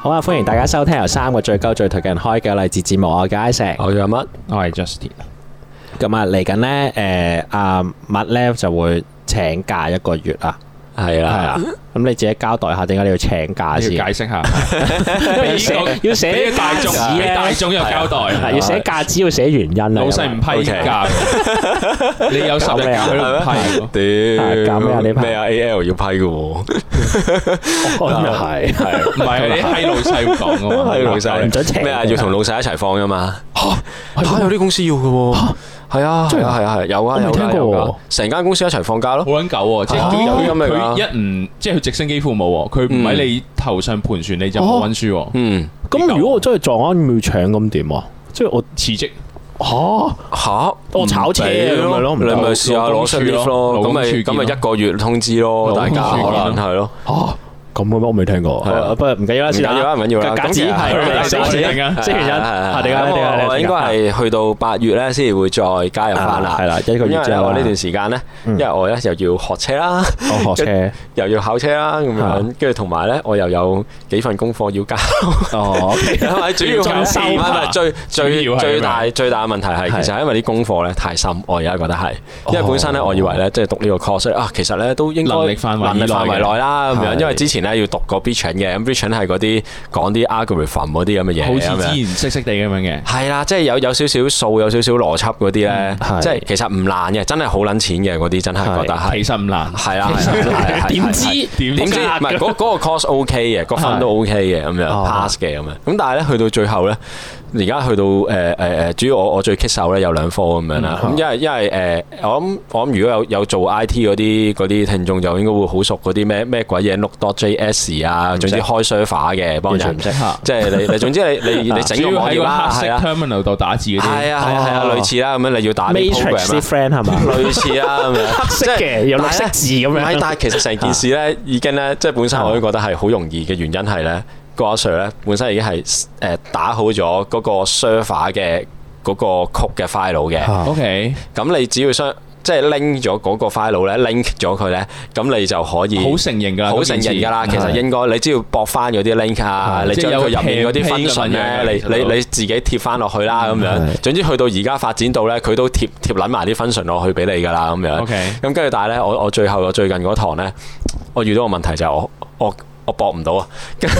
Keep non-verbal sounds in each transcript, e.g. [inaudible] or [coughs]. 好啊！歡迎大家收聽由三個最高最頹嘅人開嘅勵志節目，我叫 i s a 我仲有乜？我係 Justin，咁啊，嚟緊呢，誒阿麥咧就會請假一個月啊，係係啦，啊，咁你自己交代下點解你要請假你先要？解釋下，要俾個寫要寫 [laughs] 俾個大 [laughs] 眾，假紙俾大眾有交係啊代，要寫假紙，要寫原因啊！老細唔批假， [laughs] 你有十日假啊佢都唔批喎。屌，搞咩啊你批咩啊？A L 要批嘅喎，可能 [laughs] 係唔係你批老細會講嘅 [laughs] 嘛，係老唔准細請咩啊？要同老細一齊放噶嘛？嚇嚇有啲公司要嘅喎，係啊，係啊，係啊，係啊有啊，有未聽啊，過有喎啊，成間公司一齊放假咯好。撚狗喎，即係啊有咁佢嚟㗎佢一唔即係佢直升機父母喎，佢唔喺你頭上盤旋，你就冇温書喎，嗯，咁如果我真係撞啱要請咁點啊？即係我辭職嚇嚇。我 Ừ, 炒車啊咁咪咯，唔你得咪勞試下攞出 l 勞工處咯，咁咪咯勞工處咁咪見咯一個月通知咯，勞大工家處可能見咯係咯，嚇咁嘅咩？我未聽過，係啊不過唔緊要啦，唔緊要啦，唔緊要啦。假咁紙其實係係寫係寫係係寫原因，係定咁係定我我係應該係去到八月咧，先至會再加入翻啦。係啦一個月因為之後啊我啦呢段時間咧，因為我咧又要學車啦，我學車。又要考車啦，咁啊樣跟住同埋咧，我又有幾份功課要 [laughs] 交。哦，OK， [laughs] 因為主要仲要收唔係唔係埋最主要最最係大咩啊最大嘅問題係，係其實係因為啲功課咧太深，我而家覺得係，因為本身咧哦我以為咧即係讀呢個 course 啊，其實咧都應該能力範圍能力範圍以內嘅內啦咁係樣，因為之前咧要讀過 b i t c h i n 嘅，咁 b i t c h i n 係嗰啲講啲 algorithm 嗰啲咁嘅嘢好似咁樣之前識識地咁樣嘅。係啦，即係有有少少數，有少少邏輯嗰啲咧嗯係，即係其實唔難嘅，真係好撚錢嘅嗰啲，真係覺得係其實唔難，係啦，其實係啦係啦點知係啦點點知知唔係嗰嗰個 course OK 嘅，個分都 OK 嘅咁樣哦 pass 嘅咁樣，咁但係咧去到最後咧，而家去到誒誒誒，主要我我最棘手咧有兩科咁樣啦，咁因為因為誒我諗我諗如果有有做 IT 嗰啲嗰啲聽眾就應該會好熟嗰啲咩咩鬼嘢 Node.js 啊，總之開 server 嘅幫完全人唔，識嚇。即係你你總之你你你整 [laughs] 主個要網喺頁個啦，黑色係啦。啊 terminal 度打字嗰啲。係啊係啊係啊，哦類似啦咁樣，你要打啲 Matrix 啲 program 啊 friend 係嘛？ [laughs] 類似啦咁樣， [laughs] 黑色即嘅係有綠色字咁樣但係呢唔係，但係其實成件事咧，已經咧，即係本身我都覺得係好容易嘅原因係咧，個阿 Sir 咧本身已經係誒打好咗嗰個 server 嘅嗰個曲嘅 file 嘅，啊 O K，咁你只要相即係拎咗嗰個 file 咧，link 咗佢咧，咁你就可以好成形㗎啊啦，好成型㗎啦，其實應該你只要駁翻嗰啲 link 啊，係你將佢入面嗰啲即係有 function 啊拼咧，嘅你你你自己貼翻落去啦咁樣。嗯係總之去到而家發展到咧，佢都貼貼撚埋啲 function 落去俾你㗎啦咁樣。 OK 咁跟住但係咧，我我最後我最近嗰堂咧，我遇到個問題就係我我。我搏唔到啊！ [laughs] 跟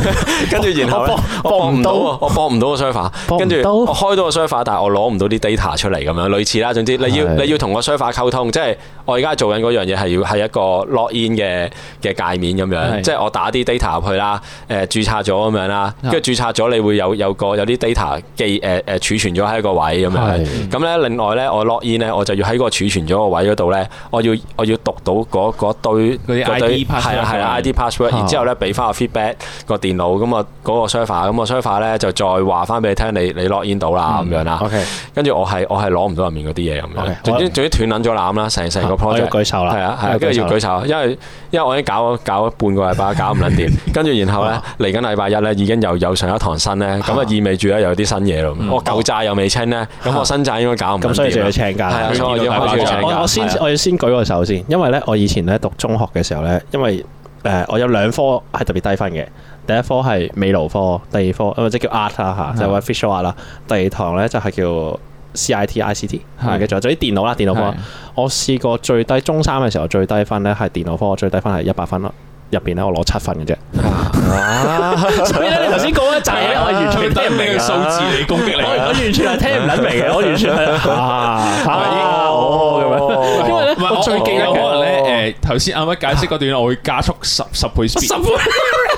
跟住然後咧，我我搏唔搏唔到到啊！我搏唔到個 server，搏跟住唔到我開到個 server，但係我攞唔到啲 data 出嚟咁樣，類似啦。總之你要係你要同個 server 溝通，即係我而家做緊嗰樣嘢係要係一個 login 嘅嘅界面咁樣，係即係我打啲 data 入去啦，誒註冊咗咁樣啦，啊跟住註冊咗你會有有個有啲 data 記誒誒儲存咗喺一個位咁係樣，咁咧另外咧我 login 咧我就要喺個儲存咗個位嗰度咧，我要我要讀到嗰嗰堆嗰啲 ID 係啦 password 係啦 ID 啊 password，然之後咧俾翻個 feedback 個電腦咁啊嗰個 server，咁個 server 咧就再話翻俾你聽你你 login 到啦嗯咁樣啦， OK，跟住我係我係攞唔到入面嗰啲嘢咁 OK，樣，總之我總之斷撚咗攬啦，成成個我要 project 舉手啦係啊係我啊，要跟住要舉舉手，因為因為我已經搞咗搞咗半個禮拜，搞唔撚 [laughs] 掂，跟住然後咧嚟緊禮拜一咧已經又有上一堂新咧，咁啊意味住咧又有啲新嘢咯，我舊債又未清咧，咁我新債應該搞唔嗯咁撚掂啦所以就要請假啦係啊，所以我已經開始要請假我我先係啊我要先舉個手先，因為咧我以前咧讀中學嘅時候咧，因為誒我有兩科係特別低分嘅，第一科係美勞科，第二科呃或者叫 art 啦嚇，就係 visual art 啦，第二堂咧就係叫 CIT ICT，係唔記得咗，就啲電腦啦電腦科係。我試過最低中三嘅時候最低分咧係電腦科，我最低分係一百分咯，入邊咧我攞七分嘅啫。 [laughs] 所以咧你頭先講嗰陣咧，我完全聽唔明啊嘅數字你攻擊我我你。啊完全係聽唔撚明嘅，我完全係啊嚇嚇哦咁樣。因 [laughs] 為咧唔係我我最最記記得得嘅可能咧誒頭先啱啱解釋嗰段，我會加速十十 [laughs] 倍 speed，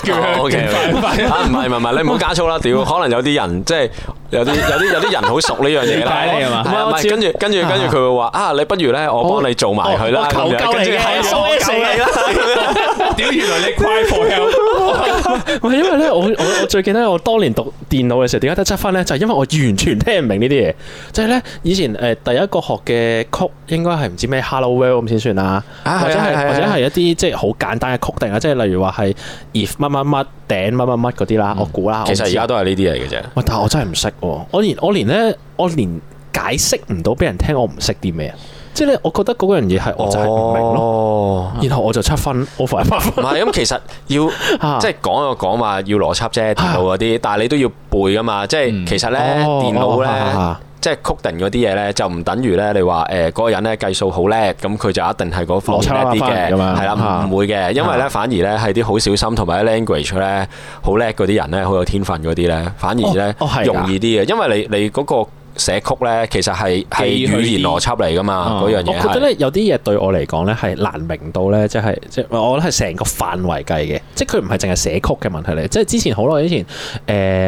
叫佢哦，OK，快 [laughs] 快啊唔係唔係唔係，你唔好加粗啦，屌！可能有啲人即係有啲有啲有啲人好熟呢樣嘢啦，理解你啊嘛係啊唔係唔我係跟住跟住跟住佢會話啊，你不如咧，我幫你做埋佢啦，我求咁樣救跟你住嘅係啊，SOS 我求你啦，屌，原來 [laughs] 你 cry for help，唔係因為咧，我我我最記得我當年讀電腦嘅時候，點解得七分咧？就係因為我完全聽唔明呢啲嘢。就係咧，以前誒第一個學嘅曲應該係唔知咩 Hello World 咁先算啦，啊或者係係啊係啊或者係一啲即係好簡單嘅曲定啊，即係例如話係 if 乜乜乜頂乜乜乜嗰啲啦，我估啦。嗯其實我唔而知家都係呢啲嚟嘅啫。喂，但係我真係唔識喎，我連我連咧，我連解釋唔到俾人聽，我唔識啲咩啊？即係咧，我覺得嗰樣嘢係我就係唔明哦咯，咯。然後我就七分 over 八分唔，係咁，其實 [laughs] 要。即係講就講話要邏輯啫，電腦嗰啲，但係你都要背噶嘛。即係嗯其實咧，哦電腦咧，哦即係 coding 嗰啲嘢咧，就唔等於咧你話誒嗰個人咧計數好叻，咁佢就一定係嗰方面叻邏啲輯啊嘅，咁啊係啦，啊唔會嘅，因為咧反而咧係啲好小心同埋啲 language 咧好叻嗰啲人咧，好有天分嗰啲咧，反而咧哦哦係㗎容易啲嘅，因為你你嗰個寫曲咧其實係係記佢啲語言邏輯嚟噶嘛，哦嗰樣我嘢覺得係。咧有啲嘢對我嚟講咧係難明到咧，即係即係我覺得係成個範圍計嘅，即係佢唔係淨係寫曲嘅問題嚟。即係之前好耐以前，誒、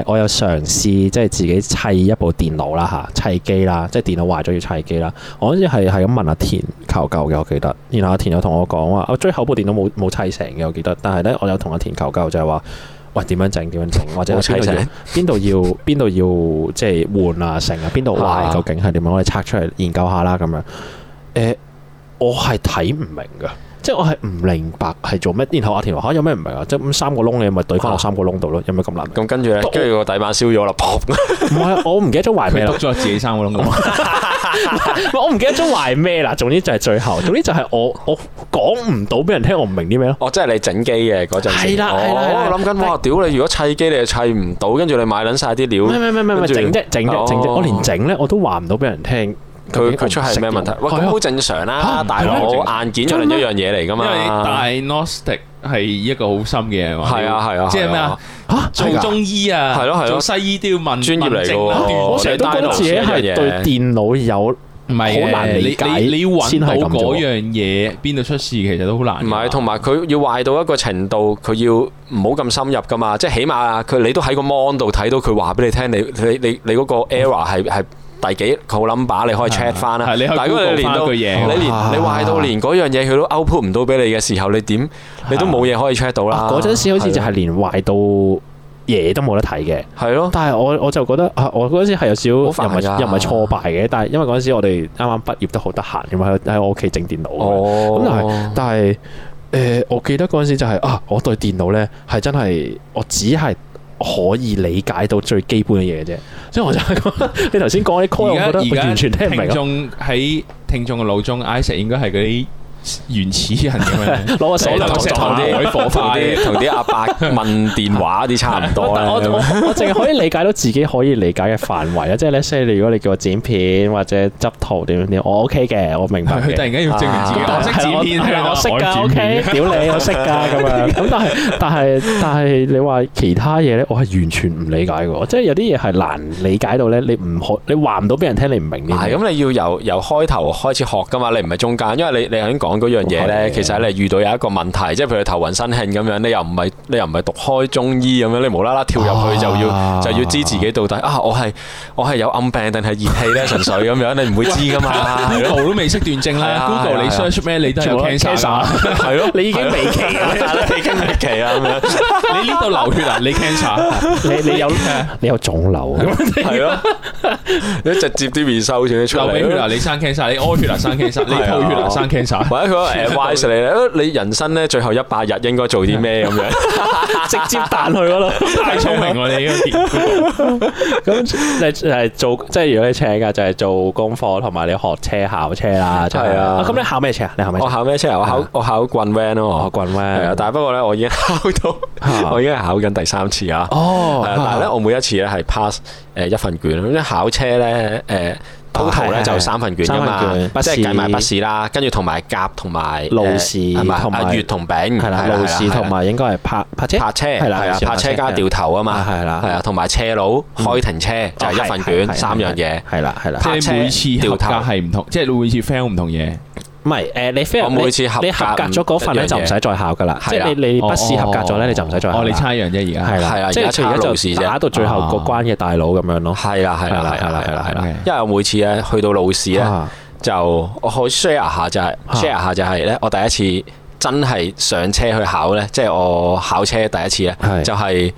我有嘗試即係自己砌一部電腦啦嚇，砌機啦，即係電腦壞咗要砌機啦。我好似係係咁問阿田求救嘅，我記得。然後阿田有同我講話，哦我最後部電腦冇冇砌成嘅，我記得。但係咧，我有同阿田求救就係話。喂，點樣整？點樣 [laughs] 整？或者冇砌邊度要成邊度要邊度要即係換啊成啊？邊度啊壞？究竟係點樣？我哋拆出嚟研究下啦，咁樣。誒、我係睇唔明噶，即係我係唔明白係做咩。然後阿田話嚇有咩唔明啊？即係咁三個窿你咪懟啊翻落三個窿度咯，有咩咁難明？咁跟住咧，我跟住個底板燒 [laughs] 咗啦，砰！ [laughs] 唔啊係，我唔記得咗壞咩佢啦督。咗自己三個窿咁，唔係 [laughs] 我唔記得咗壞咩啦。總之就係最後，總之就係我我講唔到俾人聽，我唔明啲咩咯。哦，即係你整機嘅嗰陣時。係啦哦係啦係啦我諗緊，但哇！屌你，如果砌機你又砌唔到，跟住你買撚晒唔啲係料，唔係唔係唔跟係住整啫整啫整啫，哦我連整咧我都話唔到俾人聽。佢佢出係咩問題？喂，咁好正常啦啊嚇，大係佬硬件就另一樣嘢嚟噶因為嘛。 diagnostic 係一個好深嘅嘢嘛。係啊係啊，即係咩啊？嚇做中醫啊，係咯係咯做西醫都要問專業嚟㗎喎問症啦斷我成日都覺得自己係對電腦有唔係好難理解你你你揾先係到咁啫喎嗰樣嘢邊度出事，其實都好難㗎。唔係，同埋佢要壞到一個程度，佢要唔好咁深入噶嘛。即係起碼佢你都喺個 mon 度睇到佢話俾你聽，你你你你嗰個 error 係係第幾個 number，你可以 check 翻啦。係你可以但係如果你 Google 連翻到佢你嘢。連哇你壞到連嗰樣嘢佢都 output 唔到俾你嘅時候，你點你都冇嘢可以 check 到啦。啊嗰陣時，好似就係啊係連壞到嘢都冇得睇嘅。係咯，但係我我就覺得啊，我嗰陣時係有少好又唔煩㗎係又唔係挫敗嘅，但係因為嗰陣時我哋啱啱畢業都好得閒咁喺喺我屋企整電腦咁樣。哦，咁但係但係誒、呃我記得嗰陣時就係、啊，我對電腦咧係真係我只係。可以理解到最基本嘅嘢啫，即係我就係覺得你頭先講啲 call，我覺得而家我完而全家聽唔明聽啊！眾喺聽眾嘅腦中，Isaac 應該係嗰啲原始人咁樣。攞個手我榴頭彈先撞同下啲同啲同啲同啲阿伯問電話啲差唔 [laughs] 多但我我啦。我淨係可以理解到自己可以理解嘅範圍啊，即係咧，所以你如果你叫我剪片或者執圖點點點，我 OK 嘅，我 [laughs] 明白佢嘅突。然間要證明自己，啊我識剪片係啊啊，我識㗎剪片 [laughs] ，OK，屌 [laughs] 你，我識㗎咁樣。咁但係但係但係你話其他嘢咧，我係完全唔理解嘅，即係有啲嘢係難理解到咧，你唔可你話唔到俾人聽，你唔明唔呢係啲。咁，你要由由開頭開始學噶嘛，你唔係中間，因為你你頭先講嗰樣嘢係咧，其實你遇到有一個問題，即係譬如你頭暈身慶咁樣，你又唔係你又唔係讀開中醫咁樣，你無啦啦跳入去就要啊就要知自己到底啊，我係我係有暗病定係熱氣 [laughs] 咧，純粹咁樣，你唔會知噶嘛。 [laughs] 係咯 Google 都未識斷症係啦啊係啊，Google 你 search 咩你都係有 cancer 㗎係咯， [laughs] 你已經未期啊啦，係啦，你經歷期啦咁樣。 [laughs] 你呢度流血啊，你 [laughs] cancer，你你有你有腫瘤 [laughs] 啊。系咯，你直接啲面收錢出流鼻血啊，嚟。你生 cancer，你屙血啊，生 cancer，你吐血啊，生 cancer。或者佢話 advice 你咧，你人生咧最後一百日應該做啲咩咁樣？直接彈去嗰度。太啊聰明喎！你呢個咁你係做即係如果你請假就係做功課同埋你學車考車啦。真係啊咁你考咩車啊？你考咩我車？考咩車啊？我考我考棍 van 咯，我我棍係啊咩？，但係不過咧，我已經考啊到， [laughs] 我已經係考緊第三次啊。哦係啊，但係咧，我每一次咧係 pass 誒一份卷，咁一考車咧誒係 total 咧啊係就三份卷噶嘛三份卷，筆即試係計埋筆試啦，跟住同埋甲同埋路誒試係咪同埋啊月同丙係啦，路試同。埋應該係泊泊車。泊車係啦係路啊，試泊車泊加車掉頭啊嘛，啊係啦嗯哦係啊，同埋斜佬開停車就係一份卷三樣嘢，係啦係啦，拍即係每次合格係唔同，即係每次 fail 唔同嘢。唔係誒你 fail 我每次合格你合格咗嗰份咧就唔使再考噶啦，係即啦哦係你你筆試合格咗咧你就唔使再考哦，啦。你差一樣啫，而家係係啦啦，即係而家佢差路而試家就啫打到最後個關嘅大佬咁樣咯。係啦係啦係啦係啦係啦 OK，因為我每次咧去到路試咧啊就我可以 share 下就係啊 share 下就係咧，我第一次真係上車去考咧，即係我考車第一次咧係就係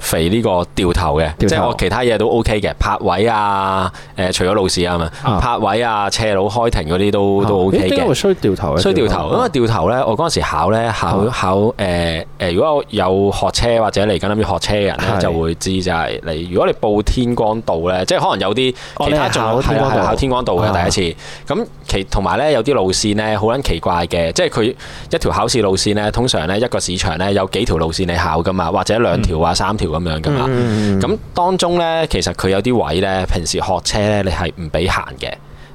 肥呢個掉頭嘅，掉頭即係我其他嘢都 OK 嘅，泊位啊，誒除咗路試啊嘛，啊泊位啊、斜路開庭嗰啲都都咦 OK 點解會嘅。衰掉頭嘅？所以掉頭，啊因為掉頭咧，我嗰陣時考咧，考啊考誒誒、呃如果我有學車或者嚟緊諗住學車嘅人咧係，就會知就係你，如果你報天光道咧，即係可能有啲哦其他你係仲考天係光啦道係考天光道啊嘅第一次。咁其同埋咧有啲路線咧好撚奇怪嘅，即係佢一條考試路線咧，通常咧一個市場咧有幾條路線你考噶嘛，或者兩條啊三條咁樣噶嘛。嗯咁當中咧，其實佢有啲位咧，平時學車咧，你係唔俾行嘅。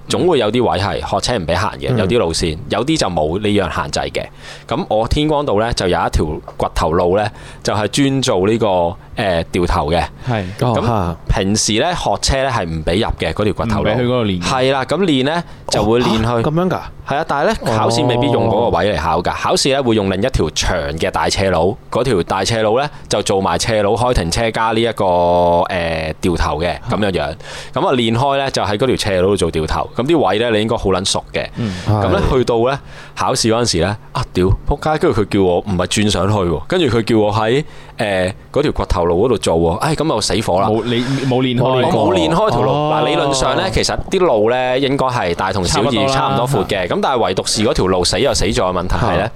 總會有啲位係學車唔俾行嗯嘅，有啲路線，有啲就冇呢樣限制嘅。咁我天光道咧就有一條掘頭路咧，就係、專做呢、個誒、呃、掉頭嘅。係哦咁嚇平時咧學車咧係唔俾入嘅嗰條掘頭路唔俾。去嗰度練。係啦，咁練咧就會練去。嚇咁樣㗎。係啊，但係咧考試未必用嗰個位嚟考㗎，考試咧會用另一條長嘅大斜路，嗰條大斜路咧就做埋斜路開停車加呢、一個誒、呃掉頭嘅咁樣樣，咁啊練開咧就喺嗰條斜路度做掉頭，咁啲位咧你應該好撚熟嘅。咁咧去到咧考試嗰陣時咧，啊屌仆街！跟住佢叫我唔係轉上去喎，跟住佢叫我喺誒嗰條掘頭路嗰度做喎，唉咁又死火啦！冇你冇練我開，哦冇練開條路。哦嗱，理論上咧，其實啲路咧應該係大同小異，差差唔唔多啦多闊嘅。咁但係唯獨是嗰條路死又死咗，問題係咧。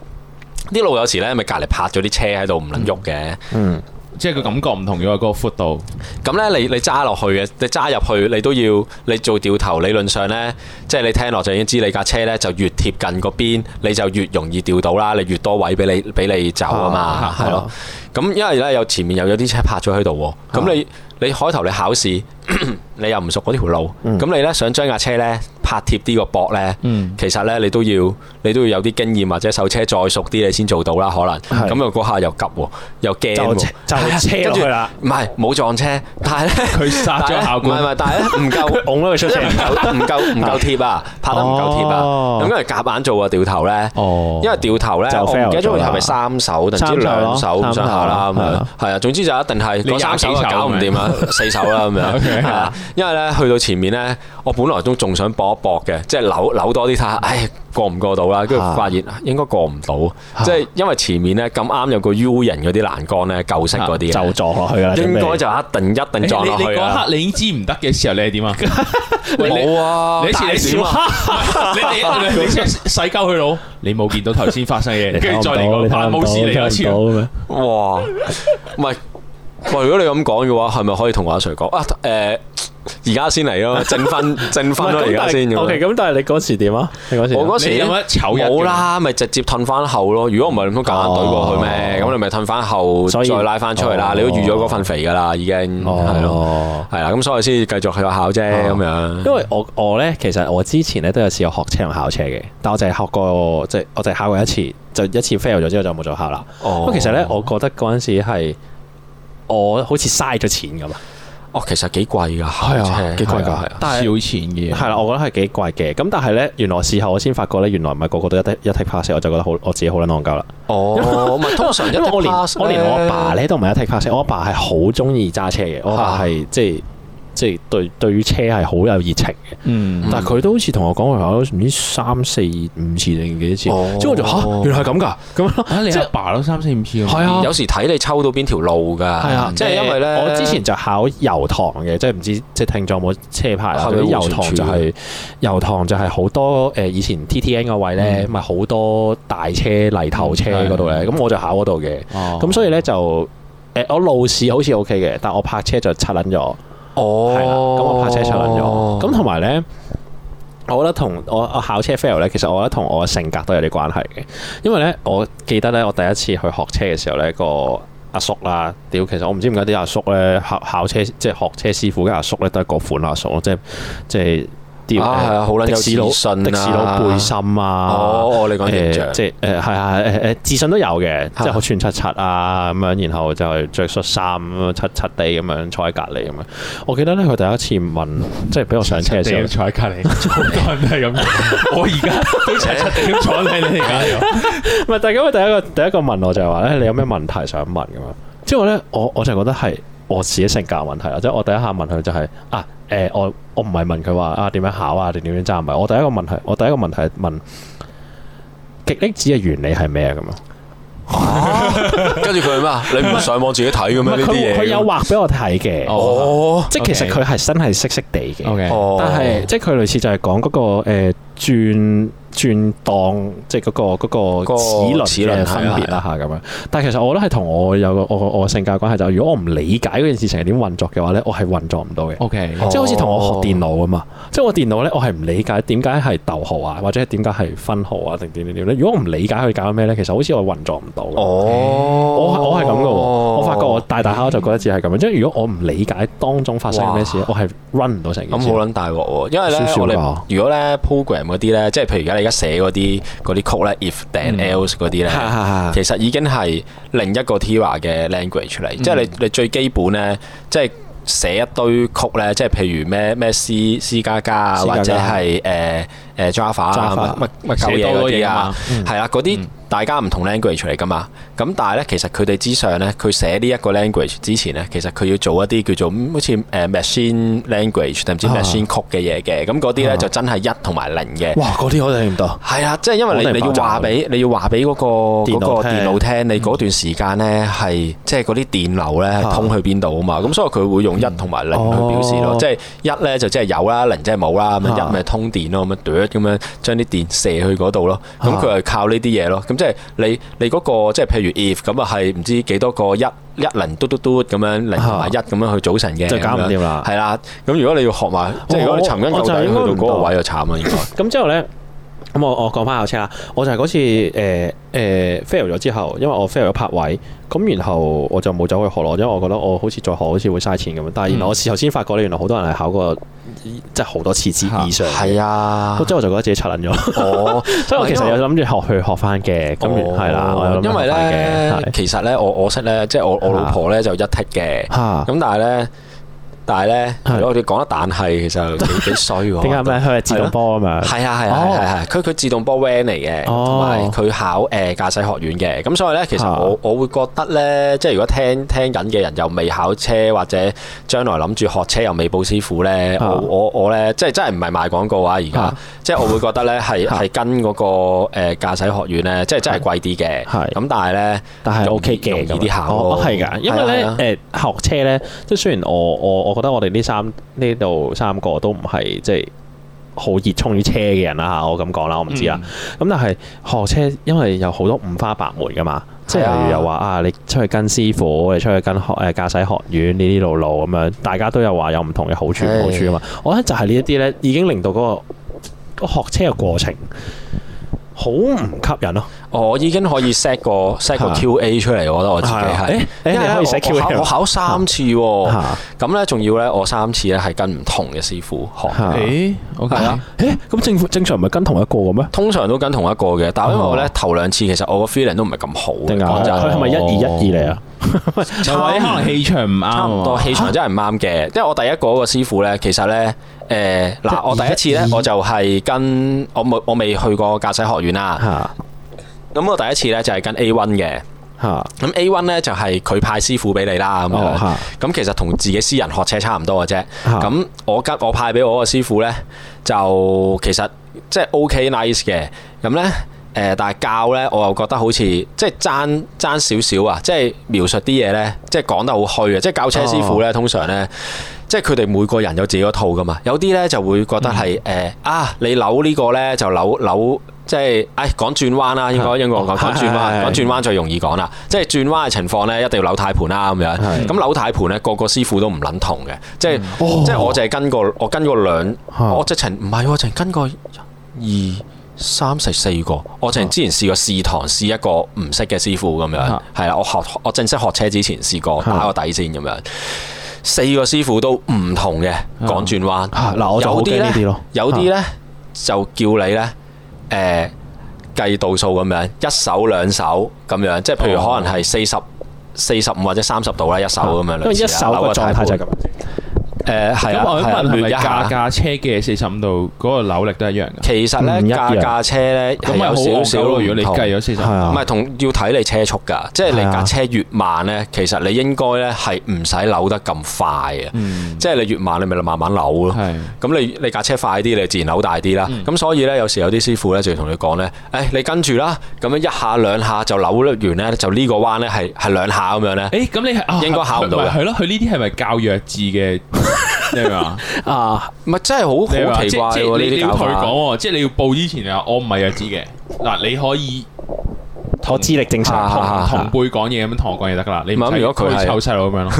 啲路有時咧，咪隔離泊咗啲車喺度唔能喐嘅。嗯，即係個感覺唔同咗，嗰個闊度。咁咧，你你揸落去嘅，你揸入去，你都要你做掉頭。理論上咧，即係你聽落就已經知你架車咧就越貼近個邊，你就越容易掉到啦。你越多位俾你俾你走啊嘛啊，係咯啊。咁因為咧有前面又有啲車泊咗喺度喎，咁你你開頭你考試， [clears throat] 你又唔熟嗰條路，嗯咁你咧想將架車咧拍貼啲個膊咧，嗯其實咧你都要你都要有啲經驗或者手車再熟啲你先做到啦，可能係咁又嗰下又急喎，又驚就喎，車就車落去啦跟住唔係冇撞車，但係咧佢殺咗考官但係呢唔係唔係，但係咧唔夠。拱 [laughs] 咗佢出即係唔嚟。夠唔夠唔夠貼啊，拍得唔夠貼啊，哦咁跟住夾硬做啊掉頭咧，哦因為掉頭咧，就我唔記 fail 得咗咗啦係咪三手定唔知兩手咁上下三啦咁手樣啦，係啊，總之就一定係你嗰三手就搞唔掂啦，四手啦咁 OK 樣，係啊因為咧去到前面咧，我本來都仲想搏一搏嘅，即係扭扭多啲睇下，唉過唔過到啦，跟住啊發現應該過唔到，即係因為前面咧咁啱有個 U 型嗰啲欄杆咧舊式嗰啲啊就呢，撞落去啦，應準備該就一定一定撞落你你去嗰啊！刻你已經知唔得嘅時候，你係 [laughs] 點啊？喂你冇啊，你似你小蝦， [laughs] 你你你你細鳩佢佬，你冇見到頭先發生嘅嘢，跟住再嚟個拍冇事嚟啊嗰次，咁樣。哇，唔係，喂，如果你咁講嘅話，係咪可以同阿 Sir 講啊？诶、而家先嚟 [laughs] 咯，正分正分咯，而家先咁樣。 O K，咁但係你嗰時點啊？你嗰時點啊我嗰時你有乜醜人冇啦，咪直接褪翻後咯。如果唔係，你都夾硬對過去咩？哦咁你咪褪翻後，所以再拉翻出去啦哦。你都預咗嗰份肥噶啦，已經係咯，哦。係啦。咁所以先繼續去考啫，咁樣。因為我我咧，其實我之前咧都有試過學車同考車嘅，但我淨係學過，即係我淨係考過一次，就一次 fail 咗之後就冇再考啦。不哦過其實咧，我覺得嗰陣時係我好似嘥咗錢咁啊，哦，其實幾貴㗎，車幾貴係啊係㗎啊。但係少錢嘅係啦，我覺得係幾貴嘅。咁但係咧，原來事後我先發覺咧，原來唔係個個都一 take- 一 take pass，我就覺得好我自己好撚戇鳩啦。哦，唔係通常一因為我連 pass 我連我阿爸咧都唔係一 take pass，我阿爸係好中意揸車嘅，我阿爸係即係即係對對於車係好有熱情嘅。嗯，但係佢都好似同我講話，我唔知三四五次定幾多次，哦之後我就吓，原來係咁㗎，咁咯。啊你即係阿爸都三四五次喎，係啊有時睇你抽到邊條路㗎。係啊即係因為咧，我之前就考油塘嘅，即係唔知即係聽眾有冇車牌啦。係咪總之會油傳塘傳就係油塘就係好多誒以前 TTN 嗰位咧，嗯咪好多大車泥頭車嗰度咧，咁我就考嗰度嘅。哦，咁所以咧就誒我路試好似 OK 嘅，但我泊車就拆撚咗。哦，啊係啦，咁我泊車出撚咗。咁同埋咧，我覺得同我我考車 fail 咧，其實我覺得同我嘅性格都有啲關係嘅。因為咧，我記得咧，我第一次去學車嘅時候咧，個阿叔啦，屌，其實我唔知點解啲阿叔咧考考車即係學車師傅嘅阿叔咧，都係嗰款阿叔咯，即係即係啲呃啊係啊好撚有的士佬自信啊的士佬背心啊，哦，你講形誒象，即係誒係啊誒誒自信都有嘅，即係好穿七七啊咁樣，然後就係着恤衫咁樣七七地咁樣坐喺隔離咁樣。我記得咧，佢第一次問，即係俾我上車嘅時地候 [laughs] 都，坐喺隔離， [laughs] 好多人都係咁樣。 [laughs] 我而家都齊齊地咁坐喺 [laughs] 你哋隔離。唔係，但係咁佢第一個第一個問我就係話咧，你有咩問題想問咁樣？之後咧，我我就覺得係我自己性格問題啦，即係我第一下問佢就係、啊誒、我我唔係問佢話啊點樣考啊定點樣揸，唔係我第一個問題，我第一個問題係問極力子嘅原理係咩啊咁樣？ [laughs] 跟住佢係咩啊？你唔上網自己睇嘅唔咩？係呢啲佢佢嘢有畫俾我睇嘅，哦，即係其實 OK 佢係真係色色地嘅。 OK，哦但係即係佢類似就係講嗰個誒轉轉檔，即係嗰個嗰個個齒輪齒輪嘅分別啊啦嚇咁樣。但係其實我覺得係同我有個我我性格關係就係，如果我唔理解嗰件事情係點運作嘅話咧，我係運作唔到嘅。 OK，即係好似同我學電腦啊嘛，即係我電腦咧，我係唔理解點解係逗號啊，或者係點解係分號啊，定點點點咧。如果我唔理解佢搞緊咩咧，其實好似我運作唔到。哦，我我我係咁嘅喎，我發覺我大大下我就覺得自己係咁樣，即係如果我唔理解當中發生緊咩事，我係 run 唔到成件咁事。好撚大鑊喎，因為咧少少我哋吧如果咧 program 嗰啲咧，即係譬如而家你而家寫嗰啲嗰啲曲咧，if then else 嗰啲咧，係係係其實已經係另一個 Tira 嘅 language 嚟，即係你你最基本咧，即係。寫一堆曲咧，即係譬如咩咩 C C 加加啊， C++ 或者係誒誒 Java 啊 Java，乜乜乜鳩寫嘢多嗰咗啲嘢啊啊嘛，係啦，嗰啲大家唔同 language 嚟噶嘛。咁但係咧，其實佢哋之上咧，佢寫呢一個 language 之前咧，其實佢要做一啲叫做嗯好似誒 machine language 定唔知啊 machine 曲嘅嘢嘅。咁嗰啲咧就真係一同埋零嘅。 [laughs] 哇！嗰啲我哋唔到。係啦，即係因為我哋你你要爆炸話俾你要話俾嗰個嗰電腦個聽嗯電腦聽，你嗰段時間咧係即係嗰啲電流咧係啊嗯通去邊度啊嘛，咁所以佢會用一同埋零去表示咯哦，即係一咧就即係有啦，零即係冇啦，咁樣啊一咪通電咯，咁樣嘟咁樣將啲電射去嗰度咯，咁啊佢係靠呢啲嘢咯，咁即係你你嗰個即係譬如 if 咁啊係唔知幾多個一一零嘟嘟嘟咁樣零同埋一咁樣去組成嘅，啊就搞唔掂啦係啦，咁如果你要學埋，即係如果你尋根究我就底去應該到唔嗰個到位就慘啦，應該。咁之後咧，咁我我講翻校車啦。我就係嗰次誒誒 fail 咗之後，因為我 fail 咗泊位，咁然後我就冇走去學咯，因為我覺得我好似再學好似會嘥錢咁樣。但係原來我事後先發覺咧，原來好多人係考過即係好多次之以上。係啊，咁之後我就覺得自己柒撚 [laughs] 咗，哦，所以我其實有諗住學去學翻嘅，咁然係啦，我有諗因住為學返嘅， [laughs] 咧，係其實咧，我我識咧，即係我我老婆咧就一剔嘅，咁嚇但係咧，但係咧，係我哋講得但係其實幾幾衰 [laughs] 喎。點解咩？佢係自動波咁樣，哦係啊係啊哦係啊係，佢佢自動波 van 嚟嘅，哦同埋佢考誒駕駛學院嘅，咁所以咧其實啊我我會覺得咧，即係如果聽聽緊嘅人又未考車或者將來諗住學車又未報師傅咧，啊我我我咧即係真係唔係賣廣告啊！而家啊即係我會覺得咧係啊係跟嗰個誒駕駛學院咧，即係真係貴啲嘅，係咁但係咧但係 OK 嘅容易咁容易啲樣考哦咯，係㗎，因為係啊係啊咧誒學車咧，即係雖然我我我覺得我哋呢三呢度三個都唔係即係好熱衷於車嘅人啦嚇，我咁講啦，我唔知啦。嗯咁但係學車，因為有好多五花八門噶嘛，即係係啊例如又話啊，你出去跟師傅，你出去跟學誒駕駛學院呢啲路路咁樣，大家都有話有唔同嘅好處唔好處噶嘛。我覺得就係呢一啲咧，已經令到嗰個學車嘅過程好唔吸引咯。哦我已經可以 set 個 set 個啊 QA 出嚟，我覺得我自己啊係誒誒，因為你可以呢 set 我考 QA 啊我考三次喎嚇。咁咧，仲要咧，我三次咧係跟唔同嘅師傅學，嚇誒，OK，係啊誒，咁政府正常唔係跟同一個嘅咩？通常都跟同一個嘅，但係因為我咧哦頭兩次其實我個 feeling 都唔係咁好嘅，定講啊？真，佢係咪一二一二嚟啊？或者可能氣場唔啱差唔啊多嘛氣場真係唔啱嘅，因為我第一個嗰個師傅咧，其實咧。誒嗱、我第一次咧，一我就係跟我冇我未去過駕駛學院啦。嚇咁我第一次咧就係跟 A one 嘅，嚇咁 A one 咧就係佢派師傅俾你啦咁樣。哦咁其實同自己私人學車差唔多嘅啫。嚇咁我跟我派俾我個師傅咧，就其實即係 OK nice 嘅。咁咧誒，但係教咧，我又覺得好似即係爭爭少少啊！即係描述啲嘢咧，即係講得好虛啊！即係教車師傅咧，通常咧。啊即係佢哋每個人有自己嗰套噶嘛，有啲咧就會覺得係誒、啊，你扭呢個咧就扭扭，即係唉講轉彎啦，應該應該講講轉彎，係講轉彎最容易講啦。即係轉彎嘅情況咧，一定要扭軚盤啦咁樣。係咁扭軚盤咧，個個師傅都唔撚同嘅，即係、哦即係我就係跟過我跟過兩，嚇我直情唔係喎，直情跟過二。三十四個，我淨係之前試過試堂試一個唔識嘅師傅咁樣，嚇係啦，我學我正式學車之前試過嚇打個底先咁樣，四個師傅都唔同嘅講轉彎。嚇嗱我就好有驚呢啲咧咯，有啲咧就叫你咧誒計度數咁樣，一手兩手咁樣，即係譬如哦可能係四十。四十五或者三十度啦，一手咁樣，啊因為一手個狀態就係咁。誒係啊，咁我係想啊問係亂咪一架下。架車嘅四十五度嗰個扭力都一樣㗎？其實唔一咧架樣架車咧咁啊係咪好有少戇少鳩咯！如果唔你同計咗四十係啊唔係同要睇你車速㗎，即係你係啊架車越慢咧，其實你應該咧係唔使扭得咁快嘅，即係你越慢你咪慢慢扭咯。係咁你你架車快啲，你自然扭大啲啦。嗯咁、所以咧，有時有啲師傅咧就要同你講咧，誒、你跟住啦，咁樣一下兩下就扭完咧，就呢個彎咧係係兩下咁樣咧。誒，咁你係啊應該考唔到㗎係咯，佢呢啲係咪教弱智嘅？ [laughs] 你明唔明啊？啊，唔係真係好好即奇怪即喎你你呢啲要搞同佢法。講喎，即係你要報之前啊，我唔係弱智嘅。嗱，你可以我資歷正常，啊同同輩講嘢咁樣同我講嘢得㗎啦。你唔唔係咁使如果佢係湊細路咁樣咯。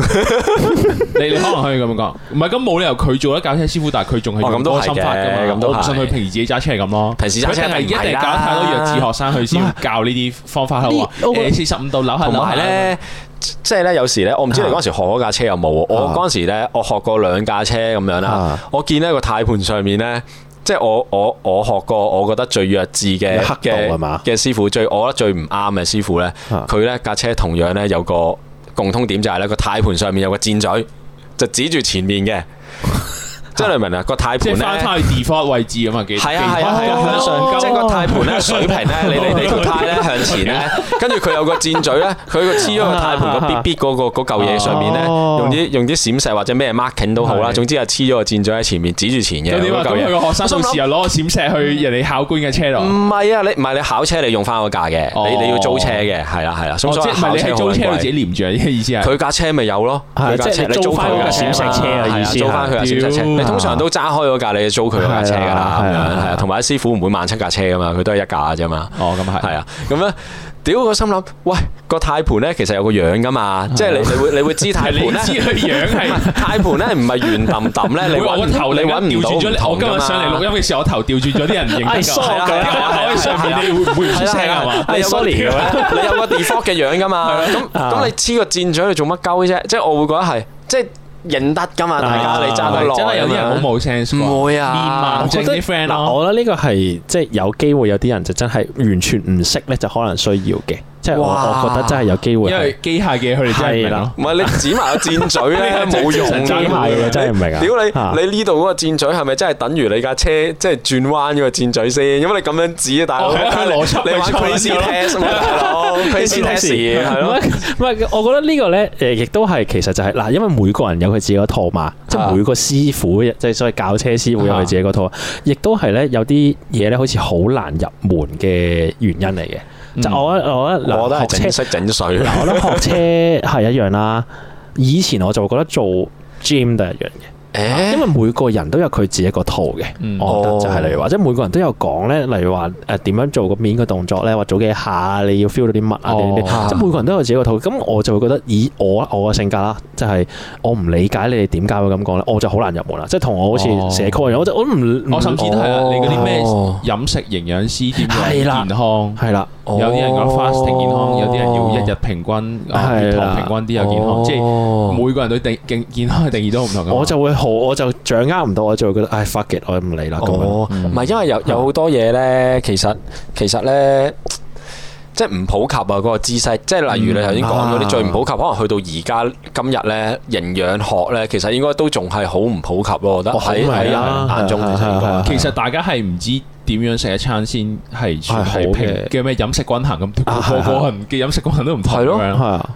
[laughs] 你你可能可以咁樣講，唔係咁冇理由佢做咗教車師傅，但係佢仲係哦用咁都多係心法㗎嘅嘛。咁都我唔信係佢平時自己揸車係咁咯。平時揸車佢一一定係定唔係一定啦教太多弱智學生，佢先教呢啲方法喺呢我覺話得四十五度扭下同扭下埋咧，即係咧有時咧，我唔知你嗰陣時學嗰架車有冇喎。我啊嗰陣時咧，我學過兩架車咁樣啦啊。我見呢個軚盤上面咧，即係我我我學過，我覺得最弱智嘅有黑道嘅係嘛嘅師傅，最我覺得最唔啱嘅師傅咧，啊佢咧架車同樣咧有個共通點就係咧個軚盤上面有個箭嘴，就指住前面 [laughs] 嘅。即係你明唔明啊？個軚即係盤翻咧。返去 default 位置咁啊，幾係啊幾係啊係啊，向上，哦即係個軚盤咧水平咧，你你你條胎咧向前咧，跟住佢有個箭嘴咧，佢個黐咗個軚盤個 B B 嗰個嗰嚿嘢上面咧，哦用啲用啲閃石或者咩 marking 都好啦，係總之係黐咗個箭嘴喺前面，指住前嘅咁點啊？嗰嚿咁佢嘢。個學我心生到諗時又攞個閃石去人哋考官嘅車度。唔係啊，你唔係你考車你用翻個架嘅，哦你你要租車嘅，係啦係啦，哦咁所即以係唔係考你車係好租撚車佢自己貴。黏住啊？嘅意思係佢架車咪有咯，係佢架即係車你租租返佢嗰架架車閃石車嘅嘛意思係啊租翻佢架閃石車。屌你通常都揸開嗰架，你就租佢嗰架車㗎啦，係啊係咁樣啊係啊。同埋啲師傅唔會萬七架車噶嘛，佢都係一架啫嘛。哦，咁係係啊，咁咧，屌我心諗，喂個軚盤咧其實有個樣噶嘛，即係你你會你會知軚盤係啊 [laughs] 你知咧，佢樣係。軚盤咧唔係圓揼揼咧，你會話揾我頭你你揾唔調到轉唔咗，我同今㗎日嘛上嚟錄音嘅時候，我頭調轉咗，啲人唔認得哎㗎。疏係啊嘅係啊我喺上面，你會唔會唔出聲啊？嘛？你有個 sorry 咁啊樣 [laughs] 你有個 default 嘅樣噶嘛，咁咁你黐個箭嘴你做乜鳩啫？即係我會覺得係即係認得噶嘛，大家你揸得耐，真啊係有啲人好冇 sense 喎唔會啊面盲症啲嗱，friend 咯。我覺得呢個係即係有機會有啲人就真係完全唔識咧，就可能需要嘅。即係我哇我覺得真係有機會因為係機械嘅佢哋真係唔明係啦咯。唔係你指埋個箭嘴 [laughs] 咧冇用真㗎係嘅，真係唔明啊！屌啊你！你呢度嗰個箭嘴係咪真係等於你架車即係轉彎嗰個箭嘴先？因為你咁樣指，大佬哦係啊你邏輯咪你玩錯 crazy 咗咯 [laughs] test 啊嘛，大佬 crazy test 係唔。咯係，唔係我覺得呢個咧，誒，亦都係其實就係嗱，因為每個人有佢自己嗰套啊嘛，即係每個師傅，即係所謂教車師傅有佢自己嗰啊套，亦都係咧有啲嘢咧，好似好難入門嘅原因嚟嘅。就我覺得我覺得嗯我覺得嗱，學係整車，色整水， [laughs] 嗱，我覺得學車係一樣啦。以前我就覺得做 gym 都係一樣嘅。因誒為每個人都有佢自己一個套嘅，嗯我覺得哦就係例如話，即係每個人都有講咧，例如話誒點樣做個面嘅動作咧，或早幾下你要 feel 到啲乜啊，點點哦點即係每個人都有自己個套。咁我就會覺得，以我我嘅性格啦，即係我唔理解你哋點解會咁講咧，我就好難入門啦。即係同我好似哦社區一樣，我就我唔我甚至都係啊，你嗰啲咩哦飲食營養師點係樣啦健康？係啦，有啲人講 fasting 健康，有啲人要一日平均，啊血係糖啦平均啲又健哦康，即係係每個人對定健健康嘅定義都唔同㗎嘛。我就會好，我就掌握唔到，我就會覺得唉 fuck it，我唔理啦咁樣。嗯哦，唔係因為有有好多嘢咧，其實其實咧。即係唔普及啊！嗰、個知識，即係例如你頭先講嗰啊啲最唔普及，可能去到而家今日咧，營養學咧，其實應該都仲係好唔普及咯。我覺得哦好喺明喺啦人眼中，係其實應該係係其實大家係唔知點樣食一餐先係係算好係嘅平叫咩飲食均衡咁，啊個係個人嘅飲食均衡都唔同係咯咁樣係啊，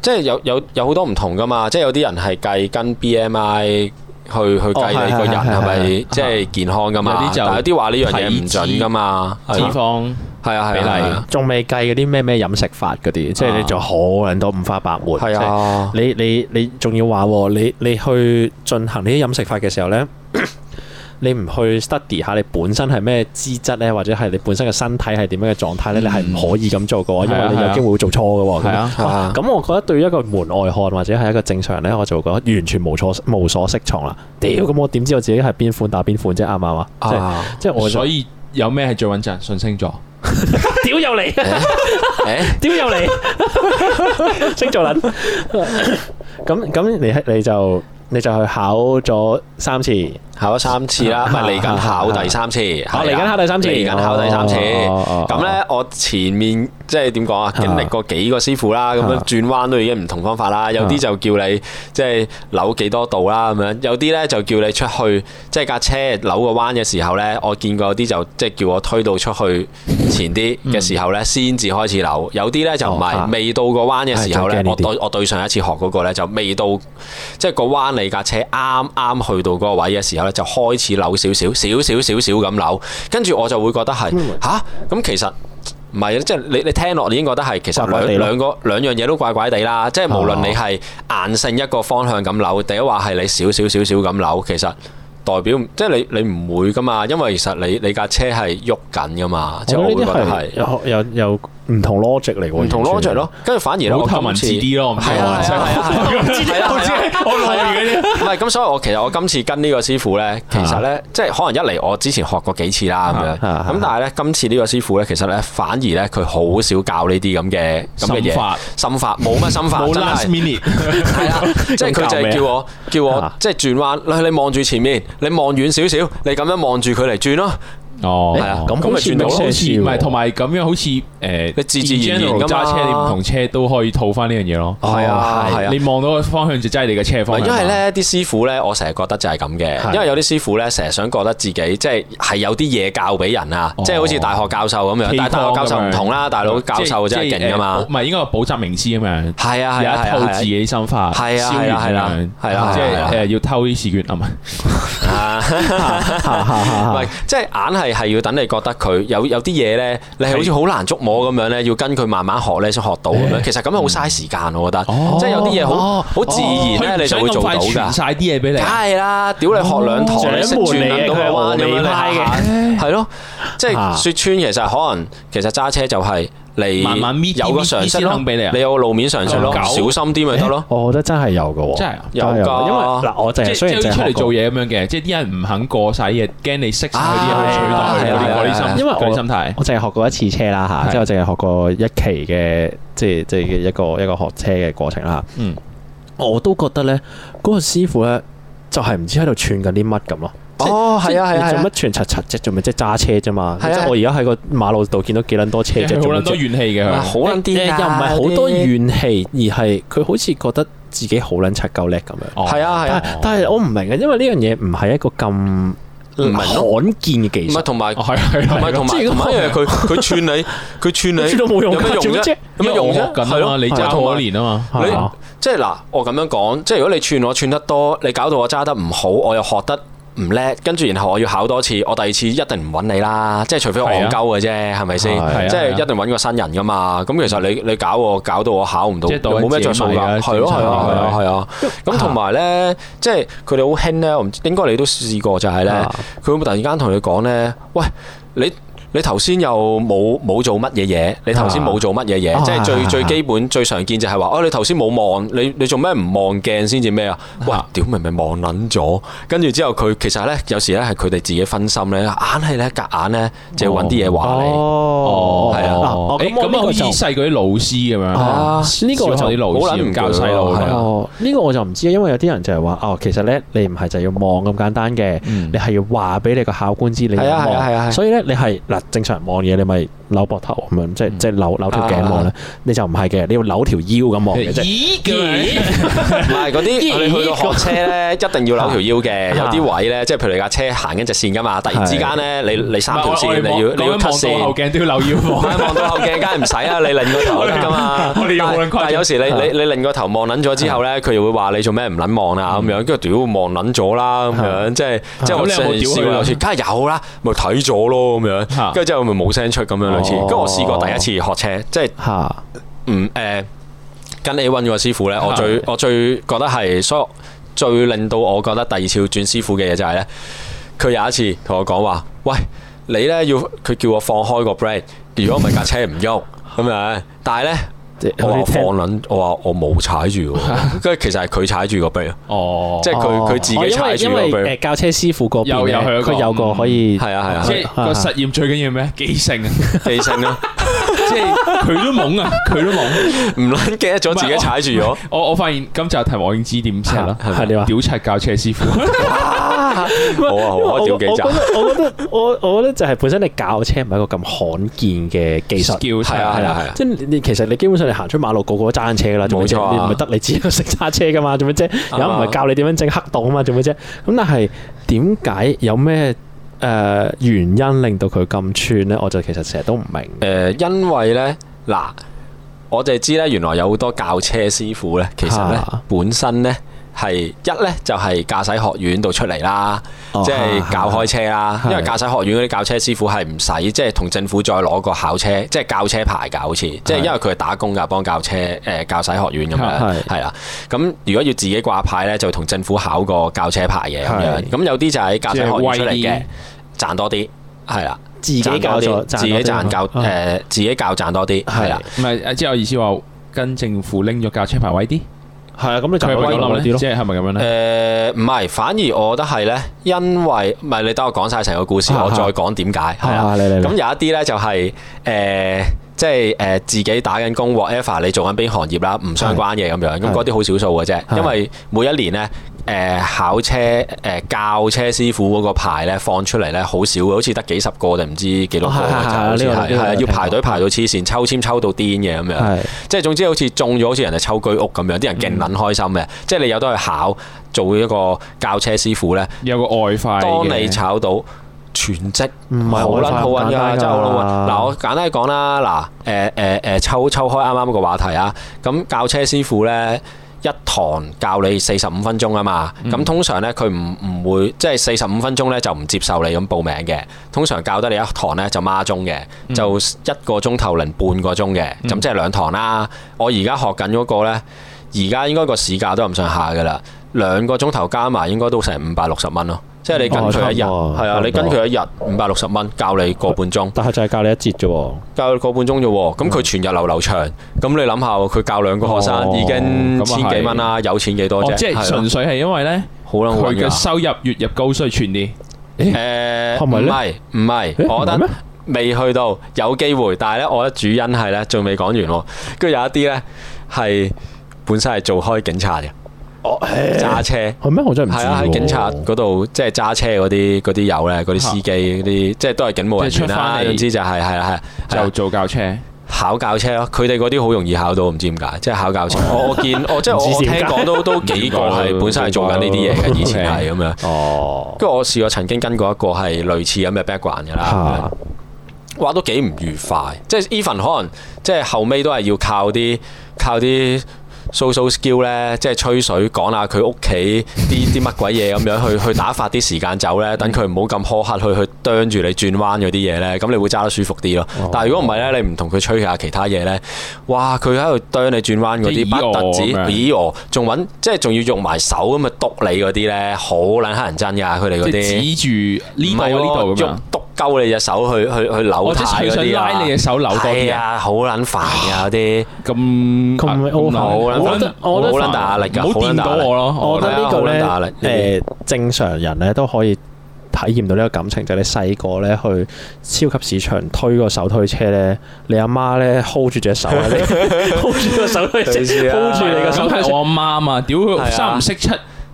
即係有有有好多唔同噶嘛，即係有啲人係計跟 BMI 去哦去計你個人係咪即係健康噶嘛有啲，就但係有啲話呢樣嘢唔準噶嘛，脂係啊肪係啊比例係啊仲未計嗰啲咩咩飲食法嗰啲，即係你仲好撚多五花八門。係即係哦啊，你你你仲要話喎，你你去進行呢 [coughs] 啲飲食法嘅時候咧，你唔去 study 下你本身係咩資質咧，或者係你本身嘅身體係點樣嘅狀態咧，你係唔可以咁做嘅喎，因為嗯係啊你係啊有機會會做錯嘅喎。係啊咁係 [laughs] 啊咁我覺得對於一個門外漢或者係一個正常人咧，我就會覺得完全無所無所適從啦。屌，咁我點知我自己係邊款打邊款啫？啱唔啱啊？即係啊即係我就 [laughs] 所以有咩係最穩陣？信星座，屌又嚟。誒屌又嚟， [laughs] 星座撚。咁咁你係你就你就去考咗三次，考咗三次 [laughs] 啦，唔係嚟緊考第三次，係啊哦嚟緊考第三次嚟緊考第三次。哦哦哦咁咧，我前面即係點講啊？經歷過幾個師傅啦，咁樣啊轉彎都已經唔同方法啦。有啲就叫你即係扭幾多度啦，咁樣；有啲咧就叫你出去，即係架車扭個彎嘅時候咧，我見過有啲就即係叫我推到出去前啲嘅時候咧，先至開始扭；有啲咧就唔嗯哦啊係，未到個彎嘅時候係，咧就驚呢我啲對我對上一次學嗰個咧就未到。即係個彎你架車啱啱去到嗰個位嘅時候咧，就開始扭少少、少少少少咁扭，跟住我就會覺得係吓，咁其實。唔係，啊即係你你聽落，你已經覺得係其實怪怪地兩咯兩個兩樣嘢都怪怪地啦。即係無論哦你係硬性一個方向咁扭，第一話係你少少少少咁扭，其實代表即係你你唔會噶嘛，因為其實你你架車係喐緊噶嘛，即係我我覺會覺得得呢係啲係有有有唔同 logic 嚟喎，唔同完 logic 全咯。。跟住反而咧，好我透今文次字啲咯，唔知係啊係啊 [laughs] 係啊，係啊係啊我內嘅啫。唔係咁，所以我其實我今次跟呢個師傅啊咧，其實咧，即係可能一嚟我之前學過幾次啦咁樣，啊啊咁但係咧今次呢個師傅咧，其實咧反而咧佢好少教呢啲咁嘅咁嘅心嘢法，心法冇乜心法，冇啊真 last 係 minute，係啦，即係佢就啊係叫我叫我啊即係轉彎，你你望住前面，你望遠少少，你咁樣望住佢嚟轉咯，哦係啊，咁咁咪好似轉到冇咯寫好似字唔喎係，同埋咁樣好似誒，你自自然然 in general 㗎嘛揸車，你唔同車都可以套翻呢樣嘢咯。係啊係啊你望到個方向就真係你嘅車方向。啊因為，咧啲師傅咧，我成日覺得就係咁嘅，係因為有啲師傅咧成日想覺得自己即係係有啲嘢教俾人啊，哦啊即係好似大學教授咁樣，但係大學教授唔同啦，大佬教授真係勁噶嘛即係，誒唔係應該話補習名師咁樣。係啊有係啊一係啊套係啊自己心法，係啊消係炎啊係啊咁樣係啊即係啊係啊係誒要偷啲試卷啊，唔係啊，唔 [laughs] 係即係硬係係要等你覺得佢有有啲嘢咧，你係好似好難捉摸咁樣咧，要跟佢慢慢學咧先學到咁嗯樣。其實咁樣好嘥時間，我覺得，即係有啲嘢好好哦自然咧，你就會做到哦佢唔想咁快㗎傳。晒啲嘢俾你梗。係啦，屌你學兩堂，你識轉撚到個彎咁樣你下下係咯，即係雪村其實可能其實揸車就係你慢慢搣有個常識搣先咯肯俾你啊，你有個路面常識咯，狗小心啲咪得咯。我覺得真係有嘅喎，真係啊真係有有㗎㗎因為嗱，我淨即係係即雖然係淨係出學嚟過做嘢咁樣嘅，即係啲人唔肯過晒嘢，驚你識晒佢啲嘢去取代啊佢係啊嗰啲嗰係啊啲心，因為嗰啲心態。我淨係學過一次車啦嚇，係即係我淨係學過一期嘅，即係即係一個一個學車嘅過程啦。嗯，我都覺得咧，嗰個師傅咧就係唔知喺度串緊啲乜咁咯。哦，係啊，係啊，你係做啊乜串柒柒啫？做咪即係揸車啫嘛？即係啊係我而家喺個馬路度見到幾撚多車即係啫， [laughs] 好做乜撚多啫？怨氣嘅唔係佢。好撚癲啊㗎又唔係好多嗰啲怨氣，而係佢好似覺得自己好撚柒夠叻咁樣。哦係啊，係但啊，係但係我唔明嘅，因為呢樣嘢唔係一個咁明咯罕見嘅技唔係術。同埋哦，。係係同係埋同埋即係同埋，因為佢佢串你，佢串你，串到冇用有咩㗎用做乜啫啫？有因咩為我用學啫？緊啊係嘛，咯你同埋揸好多年啊嘛。係啊即係嗱，我咁樣講，即係如果你串我串得多，你搞到我揸得唔好，我又學得唔叻，跟住然後我要考多次，我第二次一定唔揾你啦，即係除非我戇鳩嘅啫，係咪先？係啊即係一定揾個新人噶嘛。咁其實你你搞我，搞到我考唔到，即係當冇咩自己着數咪㗎。啊係咯，係啊，係啊，係啊。咁同埋咧，即係佢哋好興咧，我唔知應該你都試過就係咧啊，佢會突然間同你講咧，喂你。你頭先又冇冇做乜嘢嘢？你頭先冇做乜嘢嘢？啊即哦係最啊最基本最常見就係話，哦，你頭先冇望，你你做咩唔望鏡先至咩啊？哇，屌明明望撚咗，跟住之後佢其實咧有時咧係佢哋自己分心咧，硬係咧夾硬咧就要揾啲嘢話你。哦係啊嗱我誒咁我呢咁啊，個好似就細個啲老師咁樣。啊呢個小我學就啲老好撚唔師教細路鋸咁啊樣。哦，呢個我就唔知，因為有啲人就係話哦，其實咧你唔係就要望咁簡單嘅，嗯你係要話俾你個考官知你有係啊係啊係啊係啊望，所以咧你係嗱正常人望嘢，你咪扭膊頭咁樣，即嗯係即係扭扭條頸望啊咧，你就唔係嘅，你要扭條腰咁望嘅啫。咦嘅，唔係 [laughs] 嗰啲，我哋去到學車咧，一定要扭條腰嘅。有啲位 [laughs] 咧，即係譬如你架車行緊直線噶嘛，突然之間咧，你你三條 [laughs] 線，你要你要 cut 望到後線。鏡都要留意 [laughs] 望。望到後鏡，梗係唔使啦，你擰個頭得噶嘛。 [laughs] 我哋要好撚誇張但但有時你你你擰個頭望撚咗之後咧，佢又會話你做咩唔撚望啊咁樣，跟住屌望撚咗啦咁樣，即係即係我咁你有冇成日屌佢笑啊有時，梗係有啦，咪睇咗咯咁嚇樣，跟住之後咪冇聲出咁樣類哦似。跟住我試過第一次學車，即係嚇，唔嗯誒跟 A 温個師傅咧，我啊係最我最覺得係，所以最令到我覺得第二次要轉師傅嘅嘢就係咧，佢有一次同我講話，喂，你咧要佢叫我放開個 brake，如果唔係架車 [laughs] 唔喐咁樣，但係咧。即係我話好似放聽撚，我話我冇踩 [laughs] 住喎，跟住其實係佢踩住個 brake，哦，即係佢哦佢哦自己因為踩住因個為 brake，誒教車師傅嗰邊又咧有佢一個佢有個可以係啊係啊即，係個實驗最緊要咩？記性啊！記 [laughs] 性咯，即係佢都懵啊，佢都懵。唔撚記得咗自己踩住咗，我我發現今集題目我已經知點 set 啦，係你話屌柒教車師傅，啊好啊好啊，開我屌幾集我覺得我覺得我我覺得就係本身你教車唔係一個咁罕見嘅技術。 Skill 係啊係係啊啦，即係你其實你基本上你行出馬路個個都揸緊車噶啦，做咩啫？冇錯啊你唔係得你自己識揸車噶嘛？做咩啫？有啊人唔係教你點樣整黑洞啊嘛？做咩啫？咁但係點解有咩誒原因令到佢咁串咧？我就其實成日都唔明。誒、呃因為呢，嗱，我就係知呢，原來有好多教車師傅呢，其實呢，啊本身呢，係一呢，就係、駕駛學院度出嚟啦，哦啊即係教開車啦。係因為駕駛學院嗰啲教車師傅係唔使即係同政府再攞個考車，即係教車牌㗎，好似即係因為佢係打工㗎，幫教呃車誒、教駛學院咁係啊樣係啦。咁如果要自己掛牌呢，就同政府考個教車牌嘅咁係樣。咁有啲就喺教即係駛學威啲院出嚟嘅，賺多啲係啦。自己教賺咗多啲，自己賺教啊誒、自己教賺多啲，係啦。唔係，即係我意思話跟政府拎咗架車牌位啲，係啊，咁你就佢係可以為咗攞諗啲咧，咯即。係係咪咁樣咧？誒呃唔係，反而我覺得係咧，因為唔係你等我講晒成個故事，啊我啊再講點解係啊啦。你嚟咁有嚟一啲咧就係誒，即係誒自己打緊工，whatever 你做緊邊行業啦，唔相關嘅咁樣。咁係嗰啲好少數嘅啫，係因為每一年咧。誒考車誒教車師傅嗰個牌咧放出嚟咧好少嘅，好似得幾十個定唔知幾多個哦係係係嘅就呢個好似係呢個係啊，聽過要排隊排到黐線，抽籤抽到癲嘅咁樣。係即係總之好似中咗好似人哋抽居屋咁樣，啲人勁撚開心嘅。即係你有得去考做一個教車師傅咧，有個外快當你嘅炒到全職。唔係好撚好玩揾㗎，真係好撚好揾。嗱，我我簡單講啦，嗱，誒誒誒，抽抽開啱啱個話題啊。咁教車師傅咧，一堂教你四十五分鐘啊嘛。咁、通常咧，佢唔唔會即係四十五分鐘咧就唔接受你咁報名嘅。通常教得你一堂咧就孖鐘嘅，就一個鐘頭零半個鐘嘅，咁、即係兩堂啦。我而家學緊嗰個咧，而家應該個市價都咁上下㗎啦，兩個鐘頭加埋應該都成五百六十蚊咯。即係你跟哦佢一日，差唔多係差啊唔，你多跟佢一日五百六十蚊，教你個半鐘，但係就係教你一節啫喎。教你個半鐘啫喎。咁佢全日流流長，咁你諗下喎，佢教兩個學生哦已經咁啊千幾蚊啦，有錢幾多哦啫？即係係純咯粹係因為咧，好撚好佢玩嘅㗎。收入月入高，所以串啲。誒，係咪呃唔咧係唔係，我覺得未去到有機會，但係咧，我覺得主因係咧仲未講完喎。跟住有一啲咧係本身係做開警察嘅，揸車。係咩？我真係唔知哦係啊，喎喺警察嗰度即係揸車嗰啲嗰啲友咧，嗰啲司機嗰啊啲，即係都係警務人即係員出返啦。嚟總之就係係啦係啦就，做教車，考教車咯，佢哋嗰啲好容易考到，唔知點解，即係考教車。我我見我即係哦唔知我我點聽解講 [laughs] 都都幾個係本身係做緊呢啲嘢嘅，以前係咁樣。哦，跟住我試過曾經跟過一個係類似咁嘅 background 㗎啦嚇，哇都幾唔愉快，即係 even 可能即係後尾都係要靠啲靠啲 social skill 咧，即係吹水講下佢屋企 [laughs] 啲啲乜鬼嘢咁樣去去打發啲時間走嗯咧，等佢唔好咁苛刻去去啄住你轉彎嗰啲嘢咧，咁你會揸得舒服啲咯。哦但係如果唔係咧，你唔同佢吹下其他嘢咧，哇佢喺度啄你轉彎嗰即啲係咦不特我止咁樣咦我，仲揾即係仲要用埋手咁啊篤你嗰啲咧，好撚乞人憎㗎佢哋嗰即啲。係指住呢唔度係啊呢喎度咁樣喐。篤鳩你隻手去去去扭哦即係太佢嗰想啲拉你隻手扭多啲係啊啊，好撚煩㗎嗰啲。咁咁咪啊 over 難好撚好煩撚我覺得好撚大壓力㗎唔好好掂撚大到壓力我咯。我覺得呢好撚大壓力個咧，誒正常人咧都可以體驗到呢個感情，就係你細個咧去超級市場推個手推車咧，你阿媽咧 hold 住隻手啊，你 [laughs] hold 住個手推車類似啊，hold 住你個手咁推係車。我阿媽嘛，屌係佢啊三唔識七，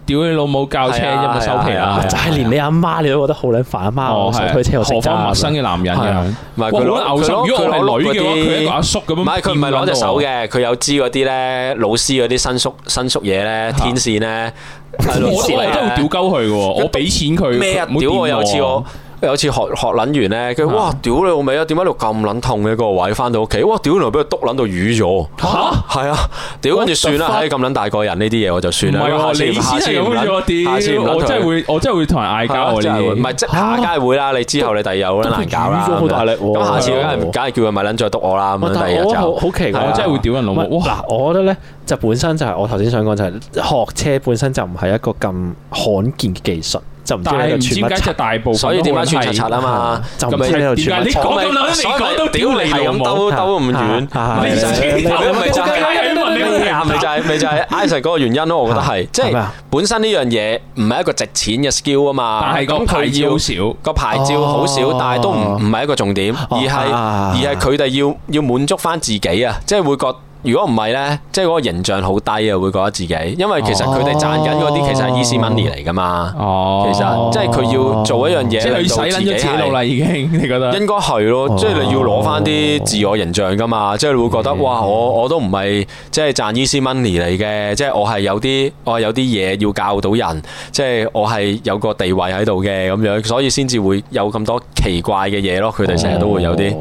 屌你老母教車係啊有冇收皮係啊啊哦係？就係哦連你阿媽你都覺得好撚煩，阿媽我手推車我啊識何況陌生揸，嘅男人係咁啊唔係哇佢好攞嘔心佢攞如果我係女佢攞嗰嘅話啲佢係一個阿叔咁樣唔係佢唔係啊攞隻手嘅，佢有支嗰啲咧老師嗰啲伸縮伸縮嘢咧天線咧，係我老啊我師嚟真係會屌鳩佢嘅喎，我俾錢佢咩啊佢唔？會屌我掂有次我。有次學學撚完咧，佢哇屌你老味啊！點解度咁撚痛嘅個位？翻到屋企，哇屌原來俾佢篤撚到瘀咗。嚇，係啊！屌跟住算啦，唉咁撚大個人呢啲嘢我就唔算啦。係下喎，次你唔下次先係唔咁撚下次樣唔屌，撚我真係會我真係會同人嗌係啊交喎真係會唔係呢即係下街會啦，你之後你第二日好撚難搞啦。都都都好大力喎咁下次梗係唔梗係叫佢咪撚再篤我啦。咁哇但樣第二係日我好就好奇怪係啲，啊我真係會屌人老母。唔係哇！嗱，我覺得咧就本身就係我頭先想講就係學車本身就唔係一個咁罕見嘅技術，就唔知但係你唔喺知度傳點解乜就大部分所以點解串柒柒啊嘛？就唔咁知你喺度點傳解乜你講咁耐，你所以咪講到屌你係咁老母兜兜咁遠，啊咪就係你咪咪就你係你你咪啊咪就係咪就係 Isaac 嗰個原因咯，我覺得係即係咩係啊本身呢樣嘢唔係一個值錢嘅 skill 啊嘛，但係個咁牌佢照要好少。個牌照好少，哦但係都唔唔係一個重點，而係啊而係佢哋要要滿足翻自己啊，即係會覺如果唔係呢，即係嗰個形象好低啊，會覺得自己，因為其實佢哋賺緊嗰啲其實係 easy money 嚟噶嘛。哦其實即係佢要做一樣嘢，即係佢洗撚撚咗自己路啦，已經 [laughs] 你覺得？應該係哦咯，即係你要攞翻啲自我形象噶嘛，即係你會覺得嗯哇，我我都唔係即係賺 easy money 嚟嘅，即係我係有啲我係有啲嘢要教到人，即係我係有個地位喺度嘅咁樣，所以先至會有咁多奇怪嘅嘢咯。佢哋成日都會有啲哦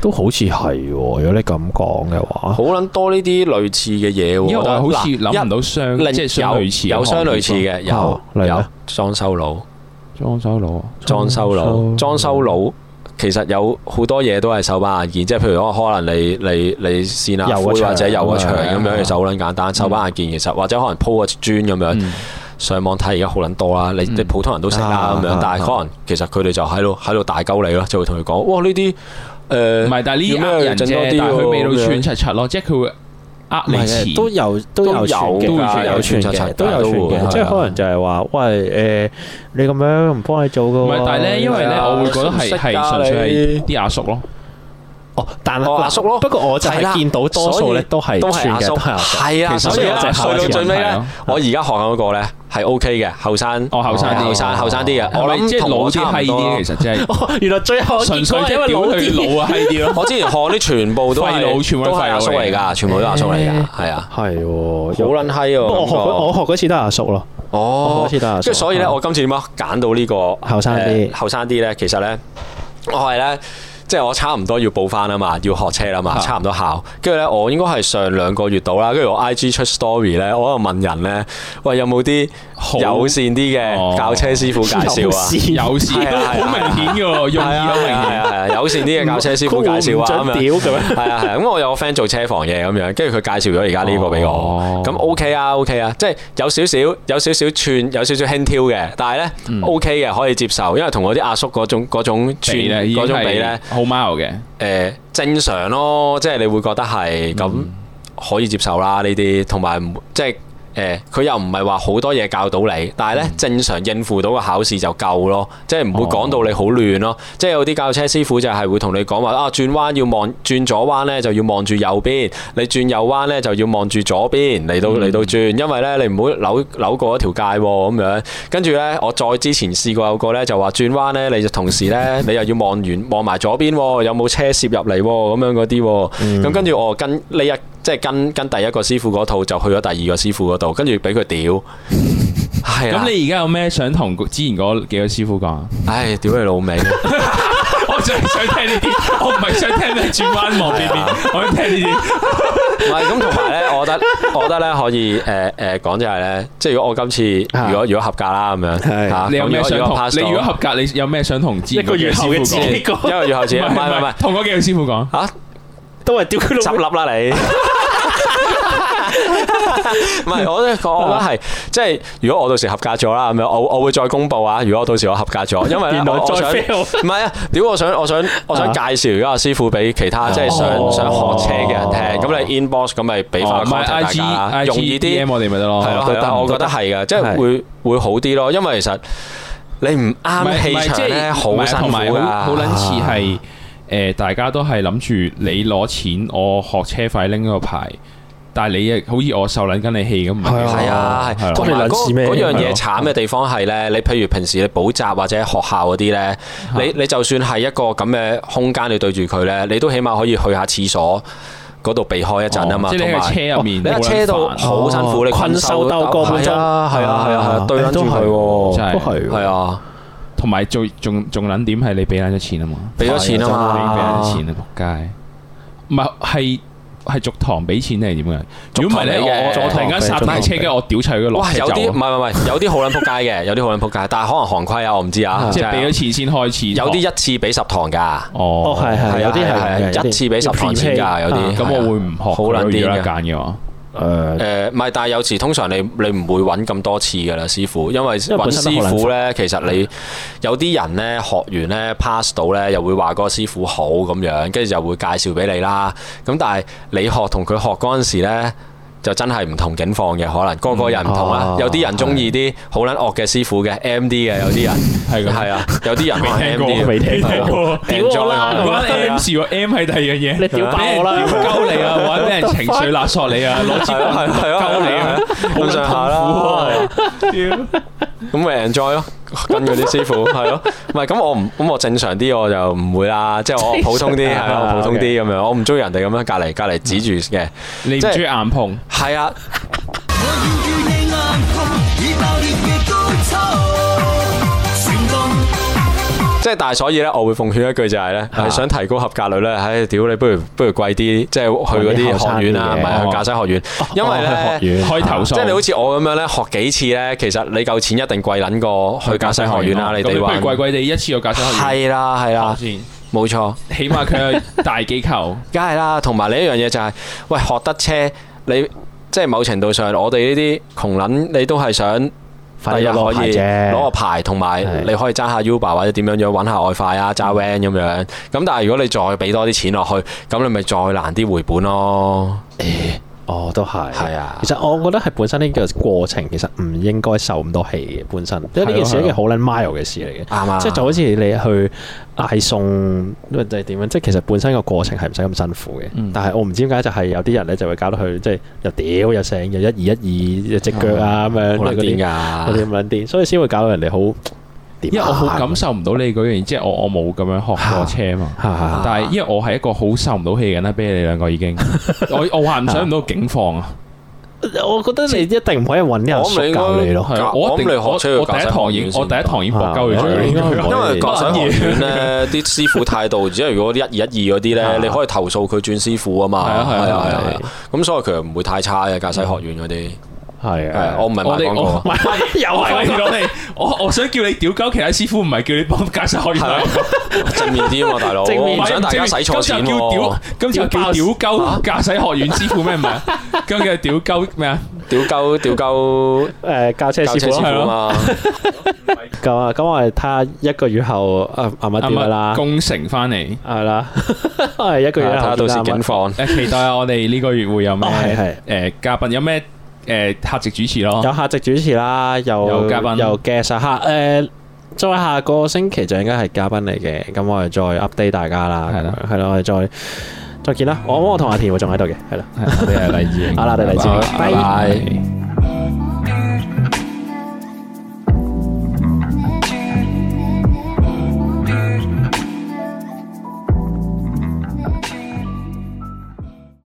都好似係喎。如果你咁講嘅話，好撚多呢啲類似嘅嘢喎。因為我覺得好似嗱諗唔到相，一即係相類似嘅有有相類似行業嘅，有哦例如有咧裝修佬。喎裝修佬啊。裝修佬、裝修佬其實有好多嘢都係手板眼件，即係譬如講可能你你你扇下油個灰牆或者油個牆咁啊樣，其實好撚簡單。手板眼件其實或者可能鋪個磚咁嗯樣，上網睇而家好撚多啦。你你普通人都識啦啊咁樣啊，但係可能其實佢哋就喺度喺度大鳩你咯，就會同佢講：哇呢啲誒唔係，但係呢要咩呃人整多啫，啲但係佢喎未到咁樣串柒柒咯，即係佢會呃唔你係錢嘅，都有都都有有傳嘅，都都會傳有傳有傳嘅，嘅都有都會傳係啊嘅，即係可能就係話，喂誒，你咁樣唔幫你做唔嘅係喎。，但係咧，因為咧，啊我會覺得係識㗎係純粹係啲阿叔咯，哦，但係哦嗱阿叔咯不過我就係啦係見到多數咧都係都係傳阿嘅，叔，都係阿 [laughs] 叔。係啊，其實所以我就咧係去到最尾開始咧問題，我而家學緊嗰個咧係 OK 嘅，後生哦後生啲後生後生啲嘅，係我咪諗即係同老我啲差閪唔多啲，其實真係 [laughs] 哦，原來最後純純粹粹即因係為屌老啲。佢老啊閪啲咯。我之前看啲全部都係廢佬全部都都係廢佬阿叔嚟㗎，全部都係阿叔嚟㗎，係啊，係喎，好撚閪喎。不過我感學覺嗰我學嗰次都係阿叔咯，我哦嗰，次都係阿叔。跟住所以咧，我今次點解揀到呢個後生啲誒嗯後生啲咧？其實咧，我係咧。即係我差唔多要報翻啊嘛，要學車啦嘛，嚇差唔多考。跟住咧，我應該係上兩個月到啦。跟住我 IG 出 story 咧，我喺度問人咧，喂有冇啲好友善啲哦嘅教車師傅介紹啊？ [laughs] 有事係啊係好啊明顯嘅喎，用意係啊好明係啊係顯。啊係啊，友善啲嘅教車師傅介紹啊佢會唔咁準樣。屌咁樣。係啊係啊，咁我有個 friend 做車房嘢咁樣，跟住佢介紹咗而家呢個俾哦我，咁 OK 啊 OK 啊，即係有少少有少少串，有少少輕佻嘅，但係嗯咧 OK 嘅可以接受，因為同我啲阿叔嗰種嗰種串比咧已經嗰種比係咧，好 mile 嘅，誒呃正常咯，即係你會覺得係咁可以接受啦呢啲，同埋唔即係誒佢又唔係話好多嘢教到你，但係咧正常應付到個考試就夠咯，即係唔會講到你好亂咯。即係有啲教車師傅就係會同你講話啊，轉彎要望轉左彎咧就要望住右邊，你轉右彎咧就要望住左邊嚟到嚟到轉，因為咧你唔好扭扭過一條界喎咁樣。跟住咧，我再之前試過有個咧就話轉彎咧，你就同 [laughs] 時咧你又要望完望埋左邊喎，有冇車攝入嚟喎咁樣嗰啲喎。咁跟住我跟呢一即係跟跟第一個師傅嗰套就去咗第二個師傅嗰度，跟住俾 [laughs] 佢屌。係啊，咁你而家有咩想同之前嗰幾個師傅講啊？唉屌你老味， [laughs] 我就係想聽呢啲，我唔係想聽你轉彎望邊啊邊，我想聽呢啲。唔係咁同埋咧，我覺得我覺得咧可以誒誒講就係咧，即係如果我今次啊如果如果合格啦咁樣，係嚇你有咩想咁如果同？ pass 你到如果合格，你有咩想同之前一個月嗰幾後個嘅師自傅講己講，一個月後唔先，唔係唔係唔係唔係係，同嗰幾個師傅講。嚇。都係屌佢執老母。笠啦 [laughs] 你。唔係，我咧我 Ờ. 覺得係，即係如果我到時合格咗啦，咁樣我我會再公佈啊。如果我到時我合格咗，因為咧原來我我再想 fail 唔係啊，屌我想我想我 Ờ. 想介紹而家個師傅俾其他即係想哦想學車嘅人聽，咁你 inbox 咁咪俾翻哦，個唔係 contact 大 Ờ, I G 家 I 容易啲 G D。M Ờ, 我哋咪得咯，係咯，都係得咯，我覺得係嘅，即係會會好啲咯，因為其實你唔唔啱係唔氣係場咧，好辛同苦埋好好㗎。撚似係誒，大家都係諗住你攞錢，我學車費拎個牌，但係你亦好似我受撚緊你氣咁，唔係係啊，係係同啊埋關你撚嗰事咩嗰樣係咯嘢慘嘅地方係咧，你譬如平時你補習或者學校嗰啲咧，啊你你就算係一個咁嘅空間，你對住佢咧，你都起碼可以去下廁所嗰度避開一陣啊嘛，哦即係同你喺埋。車入面，你喺車度好辛苦，哦你困獸鬥個半鐘係啊，係啊，係啊，係啊對撚住佢都喎，真係係係喎，啊，同埋最仲仲撚點係你俾撚咗錢啊嘛，俾咗錢啊俾嘛，撚咗錢啊仆街，唔係係。係逐堂俾錢定係點嘅？如果唔係咧，逐堂俾嘅我我突然間剎低車，跟住我屌齊佢個落哇！車有走啲唔啊，係唔係，有啲好撚撲街嘅，有啲好撚撲街，但係可能行規啊，我唔知啊。即係俾咗錢先開始。有啲一次俾十堂㗎，哦哦，係係啊係有啲係啊係有啲一次俾十堂錢㗎，有啲咁我會唔啊學好好撚癲撚啲㗎一間嘅話。誒誒唔係，但係有時通常你你唔會揾咁多次㗎啦，師傅，因為因為揾本身都師好傅咧，其實你有啲人咧學完咧 pass 到咧，又會話嗰個師傅好咁樣，跟住就會介紹俾你啦。咁但係你學同佢學嗰陣時咧。就真係唔同境況嘅，可能個個人唔同啦嗯。有啲人中意啲好撚惡嘅師傅嘅 M D 嘅，有啲人係咁係啊，有啲人可能未聽 M 過 D 未聽過屌我啦唔關 M 事喎，M 係第二樣嘢，啊你屌爆我啦俾人屌 [laughs] 鳩你啊，或者俾人情緒勒索你啊，攞支係啊係啊係啊鳩你啊，好咁上下啦。撚痛苦喎，咁咪 enjoy 咯，跟嗰啲師 [laughs] 傅係咯，唔係咁我唔咁我正常啲我就唔會啦，即係我普通啲啊係啦，我普通啲咁樣，我唔中意人哋咁樣隔離隔離指住嘅，你唔即係中意硬碰，係啊，我要與你硬碰，以爆裂嘅高潮，成功。即係但係所以咧，我會奉勸一句就係咧，係想提高合格率咧，唉，屌你不如不如貴啲，即係去嗰啲學院啊，唔係去駕駛學院，因為哦去學咧。院開投訴，即係你好似我咁樣咧，學幾次咧，其實你夠錢一定貴撚過去駕駛學院啊啦，你咁哋不話如貴貴地一次個駕駛學院係啊啦係啦，先。冇錯。起碼佢有大機構，梗係啦，同埋另一樣嘢就係、喂學得車，你即係某程度上，我哋呢啲窮撚，你都係想快第啲日攞個可牌以攞個啫，牌，同埋係嗯你可以揸下 Uber 或者點樣樣揾下外快啊，揸 van 咁樣。咁但係如果你再俾多啲錢落去，咁你咪再難啲回本咯。哦都係，係啊其，實我覺得係本身呢個過程其實唔應該受咁多氣嘅，本身，因為呢件事係咯係一件好撚 mile 嘅事嚟嘅。啱啊，即係就好似你去嗌餸，或者係點樣？即係其實本身個過程係唔使咁辛苦嘅，嗯但係我唔知點解就係有啲人咧就會搞到佢即係又屌又成又一二一二隻腳啊咁樣好嗰撚啲癲嗰啲㗎。咁撚癲，所以先會搞到人哋好點啊。因為我好感受唔到你嗰樣嘢，即係我我冇咁樣學過車嘛。嚇但係因為我係一個好受唔到氣嘅人啦，俾你兩個 [laughs] 已經，我我幻想唔到境況啊。我覺得你一定唔可以揾人我唔叔應教你該咯。係啊，我我一定諗你我學我車要第一堂已教我第一堂已經搏鳩佢啊嘴應該唔啦會因講為國際學院 [laughs] 咧，啲師傅態度，即係如啊果啲一二一二嗰啲咧，你可以投訴佢轉師傅啊嘛。係啊係啊係係啊，咁所以佢又唔會太差嘅駕駛學院嗰啲。係啊係呃我唔係我賣哋廣我 [laughs] 告，又我係係講你，我我想叫你屌鳩其他師傅，唔係叫你幫駕駛學係院。正面啲啊嘛，大佬，正面我唔想大家使錯錢今集叫喎屌。，今集叫屌鳩駕駛學院師傅 [laughs] 咩唔係？今日屌鳩咩啊？屌鳩屌鳩誒教車教師車師傅傅咯。啊嘛，咁啊，咁我哋睇下一個月後啊阿乜阿點樣啦乜，攻城翻嚟？係啦， [laughs] 係一個啊睇月下後到時見警啦況。誒，期待下我哋呢個月會有咩哦係係誒嘉賓，有咩誒客席主持咯？有客席主持啦，有有嘉賓有 guest 啊客誒。再下個星期就應該係嘉賓嚟嘅，咁我哋再 update 大家啦，係啦咁樣係啦，我哋再再見啦。我我同阿田會仲喺度嘅，係啦。係我哋係黎志英，好啦我哋黎志英拜拜拜。